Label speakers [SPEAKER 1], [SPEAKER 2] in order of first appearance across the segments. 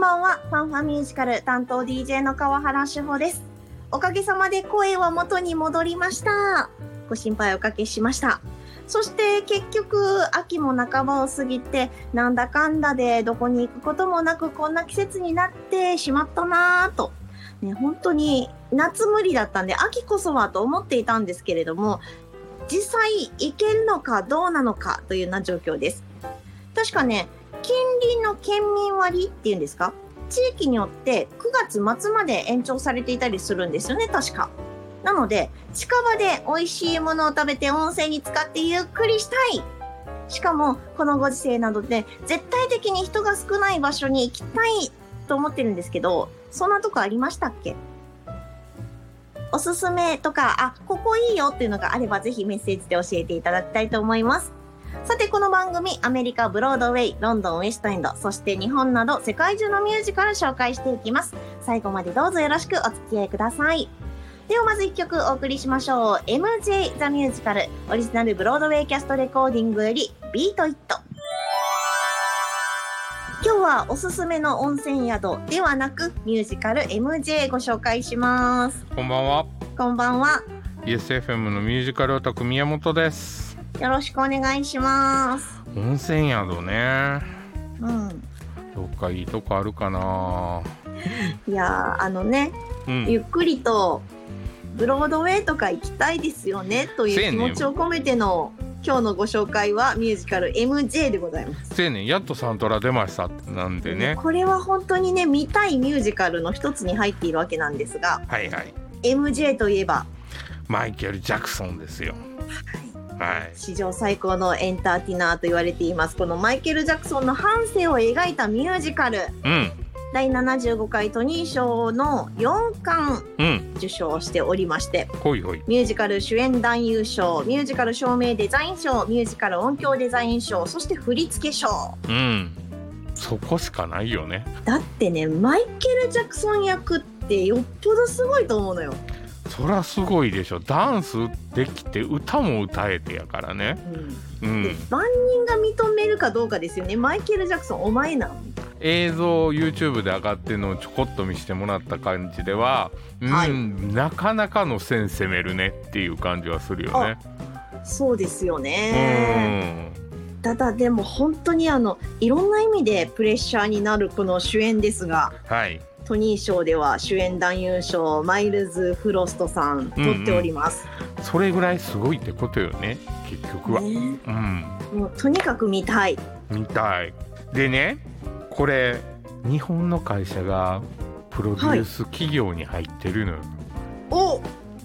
[SPEAKER 1] ばんは、ファンファミュージカル担当 DJ の川原志保です。おかげさまで声は元に戻りました。ご心配おかけしました。そして結局、秋も半ばを過ぎて、なんだかんだでどこに行くこともなくこんな季節になってしまったなぁと。ね、本当に夏無理だったんで、秋こそはと思っていたんですけれども、実際行けるのかどうなのかというような状況です。確かね、近隣の県民割っていうんですか地域によって9月末まで延長されていたりするんですよね、確か。なので、近場で美味しいものを食べて温泉に浸かってゆっくりしたい。しかも、このご時世などで、絶対的に人が少ない場所に行きたいと思ってるんですけど、そんなとこありましたっけおすすめとか、あ、ここいいよっていうのがあれば、ぜひメッセージで教えていただきたいと思います。さてこの番組アメリカブロードウェイロンドンウエストエンドそして日本など世界中のミュージカル紹介していきます最後までどうぞよろしくお付き合いくださいではまず1曲お送りしましょう MJ ザミュージカルオリジナルブロードウェイキャストレコーディングよりビートイット今日はおすすめの温泉宿ではなくミュージカル MJ ご紹介します
[SPEAKER 2] こんばんは
[SPEAKER 1] こんばんは
[SPEAKER 2] ESFM のミュージカルオタク宮本です
[SPEAKER 1] よろしくお願いします
[SPEAKER 2] 温泉宿ね
[SPEAKER 1] うん
[SPEAKER 2] どっかいいとこあるかない
[SPEAKER 1] やーあのね
[SPEAKER 2] うん
[SPEAKER 1] ゆっくりとブロードウェイとか行きたいですよねと
[SPEAKER 2] せ
[SPEAKER 1] い
[SPEAKER 2] や
[SPEAKER 1] う
[SPEAKER 2] ね
[SPEAKER 1] 気
[SPEAKER 2] ん
[SPEAKER 1] 持ちを込めての今日のご紹介はミュージカル MJ でございます。
[SPEAKER 2] せやねんやっとサントラ出ましたってなんでね
[SPEAKER 1] これは本当にね見たいミュージカルの一つに入っているわけなんですが
[SPEAKER 2] はいはい
[SPEAKER 1] MJ といえば
[SPEAKER 2] マイケル・ジャクソンですよはい
[SPEAKER 1] 史上最高のエンターテイナーと言われていますこのマイケル・ジャクソンの半生を描いたミュージカル
[SPEAKER 2] うん
[SPEAKER 1] 第75回トニー賞の4冠
[SPEAKER 2] うん
[SPEAKER 1] 受賞しておりまして
[SPEAKER 2] ほいほい
[SPEAKER 1] ミュージカル主演男優賞、ミュージカル照明デザイン賞、ミュージカル音響デザイン賞、そして振付賞。
[SPEAKER 2] うんそこしかないよね
[SPEAKER 1] だってね、マイケル・ジャクソン役ってよっぽどすごいと思うのよ。
[SPEAKER 2] そらすごいでしょダンスできて歌も歌えてやからねう
[SPEAKER 1] で
[SPEAKER 2] ん
[SPEAKER 1] 万人が認めるかどうかですよね。マイケル・ジャクソン、お前なの
[SPEAKER 2] 映像 YouTube で上がってるのをちょこっと見せてもらった感じでは、うん
[SPEAKER 1] はい
[SPEAKER 2] なかなかの線攻めるねっていう感じはするよね。
[SPEAKER 1] そうですよ
[SPEAKER 2] う
[SPEAKER 1] ね。
[SPEAKER 2] ん
[SPEAKER 1] ただでも本当にあの、いろんな意味でプレッシャーになるこの主演ですが、
[SPEAKER 2] はい、
[SPEAKER 1] トニー賞では主演男優賞、マイルズ・フロストさん、取っております。
[SPEAKER 2] それぐらいすごいってことよね結局は、
[SPEAKER 1] ね
[SPEAKER 2] うん
[SPEAKER 1] もうとにかく見たい。
[SPEAKER 2] みたいでねこれ日本の会社がプロデュース企業に入ってるのよ、
[SPEAKER 1] お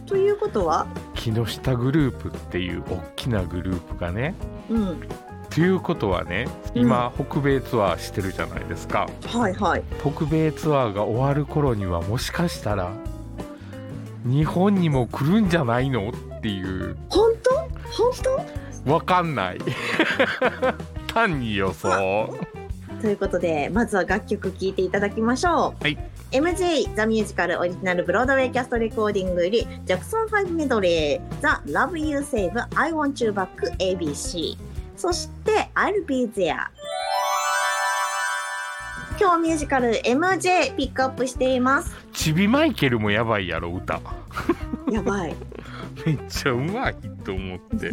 [SPEAKER 1] ということは、
[SPEAKER 2] 木下グループっていう大きなグループがね
[SPEAKER 1] うん、
[SPEAKER 2] ということはね今、北米ツアーしてるじゃないですか
[SPEAKER 1] はいはい。
[SPEAKER 2] 北米ツアーが終わる頃にはもしかしたら日本にも来るんじゃないのっていう
[SPEAKER 1] 本当本
[SPEAKER 2] わかんない 単に予想
[SPEAKER 1] 当ということで、まずは楽曲聴いていただきましょう。
[SPEAKER 2] はい
[SPEAKER 1] MJ ザ・ミュージカルオリジナルブロードウェイキャストレコーディングよりジャクソン5メドレーザ・ラブ・ユー・セーブ・I Want You Back ABC そして I'll Be There 今日ミュージカル MJ ピックアップしています
[SPEAKER 2] ちびマイケルもやばいやろ歌
[SPEAKER 1] やばい
[SPEAKER 2] めっちゃうまいと思って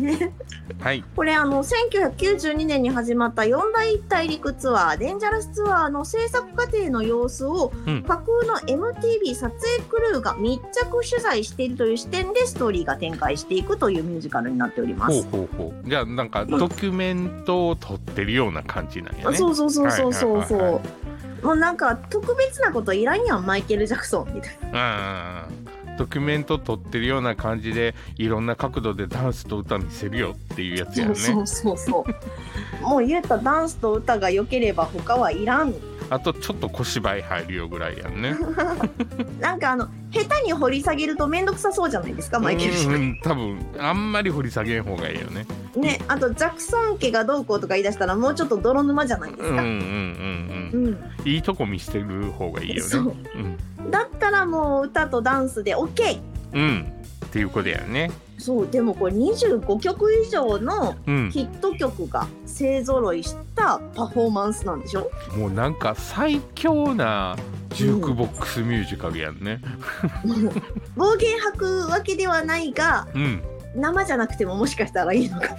[SPEAKER 2] はい
[SPEAKER 1] これあの1992年に始まった四大大陸ツアーデンジャラスツアーの制作過程の様子を、
[SPEAKER 2] うん
[SPEAKER 1] 架空の MTV 撮影クルーが密着取材しているという視点でストーリーが展開していくというミュージカルになっておりま
[SPEAKER 2] ほう
[SPEAKER 1] す。
[SPEAKER 2] ほうほうじゃあなんかドキュメントを撮ってるような感じなんや
[SPEAKER 1] あ
[SPEAKER 2] ね
[SPEAKER 1] そうそうそうそうそうそう。
[SPEAKER 2] はいはいはい
[SPEAKER 1] もうなんか特別なこといらんやんマイケル・ジャクソンみたいな。
[SPEAKER 2] うんドキュメント撮ってるような感じでいろんな角度でダンスと歌見せるよっていうやつや
[SPEAKER 1] そ
[SPEAKER 2] ね
[SPEAKER 1] うそうそう そう。もう言うたらダンスと歌が良ければ他はいらん
[SPEAKER 2] あとちょっと小芝居入るよぐらいやんね。
[SPEAKER 1] なんかあの下手に掘り下げると面倒くさそうじゃないですかマイケル・ジャクソン
[SPEAKER 2] うんうん多分あんまり掘り下げん方がいいよね。
[SPEAKER 1] ね、あとジャクソン家がどうこうとか言い出したらもうちょっと泥沼じゃないで
[SPEAKER 2] うんう
[SPEAKER 1] す
[SPEAKER 2] んう
[SPEAKER 1] か。う
[SPEAKER 2] ん
[SPEAKER 1] ん
[SPEAKER 2] うん。いいとこ見せてる方がいいよ
[SPEAKER 1] そ
[SPEAKER 2] ね。
[SPEAKER 1] う
[SPEAKER 2] うん
[SPEAKER 1] だったらもう歌とダンスで OK
[SPEAKER 2] うんっていうことやね。
[SPEAKER 1] そうでもこれ25曲以上の
[SPEAKER 2] うん
[SPEAKER 1] ヒット曲が勢ぞろいしたパフォーマンスなんでしょ
[SPEAKER 2] もうなんか最強なジュークボックスミュージカルやんね
[SPEAKER 1] 暴言吐くわけではないが
[SPEAKER 2] うん
[SPEAKER 1] 生じゃなくてももしかしたらいいのか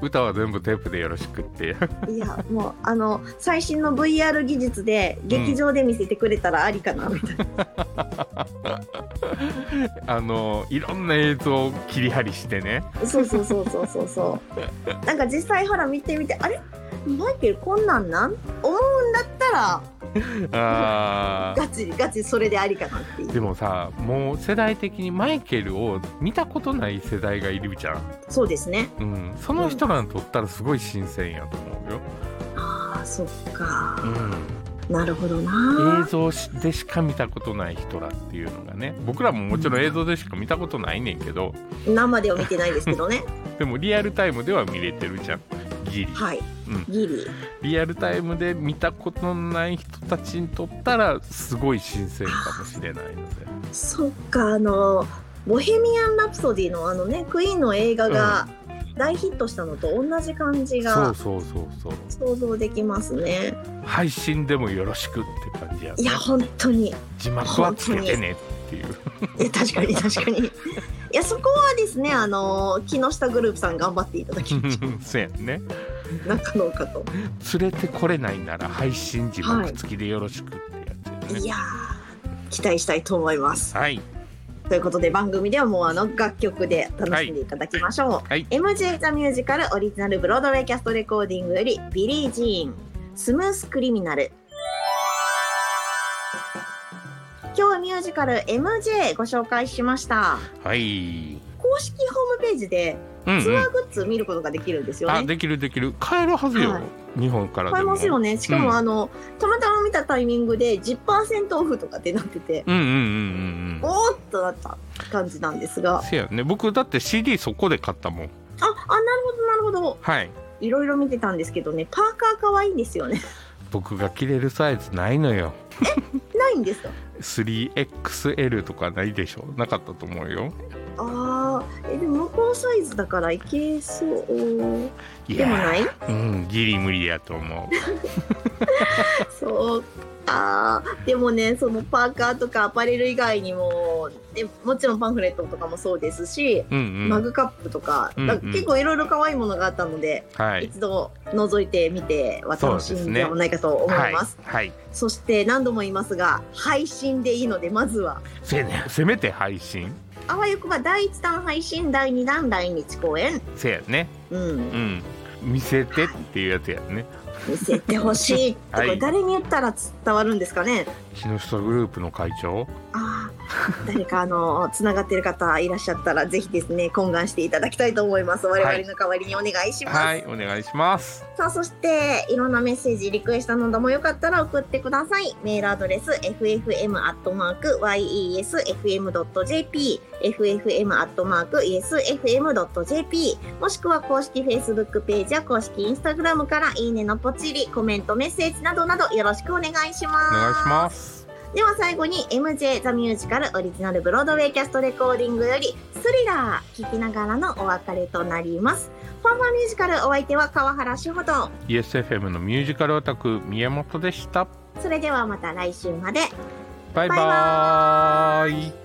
[SPEAKER 2] 歌は全部テープでよろしくっ
[SPEAKER 1] い
[SPEAKER 2] て
[SPEAKER 1] やもうあの最新の VR 技術で劇場で見せてくれたらありかなみたいな、
[SPEAKER 2] あのいろんな映像を切り張りしてね
[SPEAKER 1] そうそうそうそうそうそうなんか実際ほら見てみてあれマイケルこんなんなん思うんだった
[SPEAKER 2] あ
[SPEAKER 1] らガチガチそれでありかなってい
[SPEAKER 2] ー
[SPEAKER 1] う
[SPEAKER 2] でもさもう世代的にマイケルを見たことない世代がいるじゃん、
[SPEAKER 1] そうですね
[SPEAKER 2] うん、その人らにとったらすごい新鮮やと思うよ、
[SPEAKER 1] あーそっか
[SPEAKER 2] う
[SPEAKER 1] なるほど
[SPEAKER 2] ん、
[SPEAKER 1] な
[SPEAKER 2] 映像しでしか見たことない人らっていうのがね僕らももちろん映像でしか見たことないねんけど
[SPEAKER 1] 生では見てないですけど ね
[SPEAKER 2] でもリアルタイムでは見れてるじゃんギリ
[SPEAKER 1] はい、
[SPEAKER 2] うん
[SPEAKER 1] ギリ
[SPEAKER 2] リアルタイムで見たことのない人たちにとったらすごい新鮮かもしれないので
[SPEAKER 1] そっかあの「ボヘミアン・ラプソディの」あのねクイーンの映画が大ヒットしたのと同じ感じ
[SPEAKER 2] そう
[SPEAKER 1] が
[SPEAKER 2] そうそうそう
[SPEAKER 1] 想像できますね。
[SPEAKER 2] 配信でもよろしくって感じやね
[SPEAKER 1] いや本当にい
[SPEAKER 2] 字幕はつけてねっていう
[SPEAKER 1] や確かに確かに。いやそこはですねあの木下グループさん頑張っていただ き
[SPEAKER 2] そうやんね
[SPEAKER 1] なかのうかと。
[SPEAKER 2] 連れてこれないなら配信字幕付きでよろしくってやつや
[SPEAKER 1] い
[SPEAKER 2] ね
[SPEAKER 1] やー期待したいと思います。
[SPEAKER 2] はい
[SPEAKER 1] ということで番組ではもうあの楽曲で楽しんでいただきましょう。
[SPEAKER 2] はい
[SPEAKER 1] MJ ザミュージカルオリジナルブロードウェイキャストレコーディングよりビリー・ジーンスムース・クリミナル今日はミュージカル MJ ご紹介しました
[SPEAKER 2] はい
[SPEAKER 1] 公式ホームページで
[SPEAKER 2] うん
[SPEAKER 1] ツ
[SPEAKER 2] う
[SPEAKER 1] ア
[SPEAKER 2] ん
[SPEAKER 1] ーグッズ見ることができるんですよね、
[SPEAKER 2] あできるできる買えるはずよ
[SPEAKER 1] はい
[SPEAKER 2] 日本から
[SPEAKER 1] 買
[SPEAKER 2] で
[SPEAKER 1] え
[SPEAKER 2] も
[SPEAKER 1] ますよねしか
[SPEAKER 2] うん
[SPEAKER 1] もあの、たまたま見たタイミングで10%オフとかってなってて、
[SPEAKER 2] うんうんうんうんうん
[SPEAKER 1] おーっとなった感じなんですがあ
[SPEAKER 2] せやね僕だって CD そこで買ったもん
[SPEAKER 1] あなるほどなるほど
[SPEAKER 2] はい
[SPEAKER 1] いろいろ見てたんですけどねパーカー可愛いんですよね
[SPEAKER 2] 僕が着れるサイズないのよ
[SPEAKER 1] ないんですか
[SPEAKER 2] 3XL とかないでしょなかったと思うよ
[SPEAKER 1] あーえでも向こうサイズだからいけそう
[SPEAKER 2] い
[SPEAKER 1] でも
[SPEAKER 2] や
[SPEAKER 1] ない
[SPEAKER 2] うんギリ無理やと思
[SPEAKER 1] そうあーでもねそのパーカーとかアパレル以外にもでもちろんパンフレットとかもそうですし、
[SPEAKER 2] ううんう
[SPEAKER 1] マ
[SPEAKER 2] ん
[SPEAKER 1] グカップとか,、
[SPEAKER 2] うんうん
[SPEAKER 1] 結構いろいろ可愛いものがあったので、
[SPEAKER 2] はい
[SPEAKER 1] 一度覗いてみては楽しいんではないかと思い
[SPEAKER 2] はい
[SPEAKER 1] ますそ
[SPEAKER 2] はい
[SPEAKER 1] して何度も言いますが配信でいいのでまずは
[SPEAKER 2] せやねせめて配信
[SPEAKER 1] あわよくば第1弾配信第2弾来日公演
[SPEAKER 2] せやね
[SPEAKER 1] うん
[SPEAKER 2] うん見せてっていうやつやね
[SPEAKER 1] 見せてほしいって
[SPEAKER 2] はい
[SPEAKER 1] これ誰に言ったら伝わるんですかね
[SPEAKER 2] 木下グループの会長
[SPEAKER 1] ああ誰かあのつながってる方いらっしゃったらぜひですね懇願していただきたいと思います我々の代わりにお願いします、
[SPEAKER 2] はいお願いします
[SPEAKER 1] さあそしていろんなメッセージリクエストなどもよかったら送ってくださいメールアドレス ffm.yesfm.jp ffm.yesfm.jp もしくは公式 Facebook ページや公式 Instagram からいいねのポチリコメントメッセージなどなどよろしくお願いします
[SPEAKER 2] お願いします
[SPEAKER 1] では最後に MJ ザミュージカルオリジナルブロードウェイキャストレコーディングよりスリラー聴きながらのお別れとなります。ファンファンミュージカルお相手は川原志保と。
[SPEAKER 2] ESFM のミュージカルオタク宮本でした
[SPEAKER 1] それではまた来週まで。
[SPEAKER 2] バイバ
[SPEAKER 1] バ
[SPEAKER 2] ーイ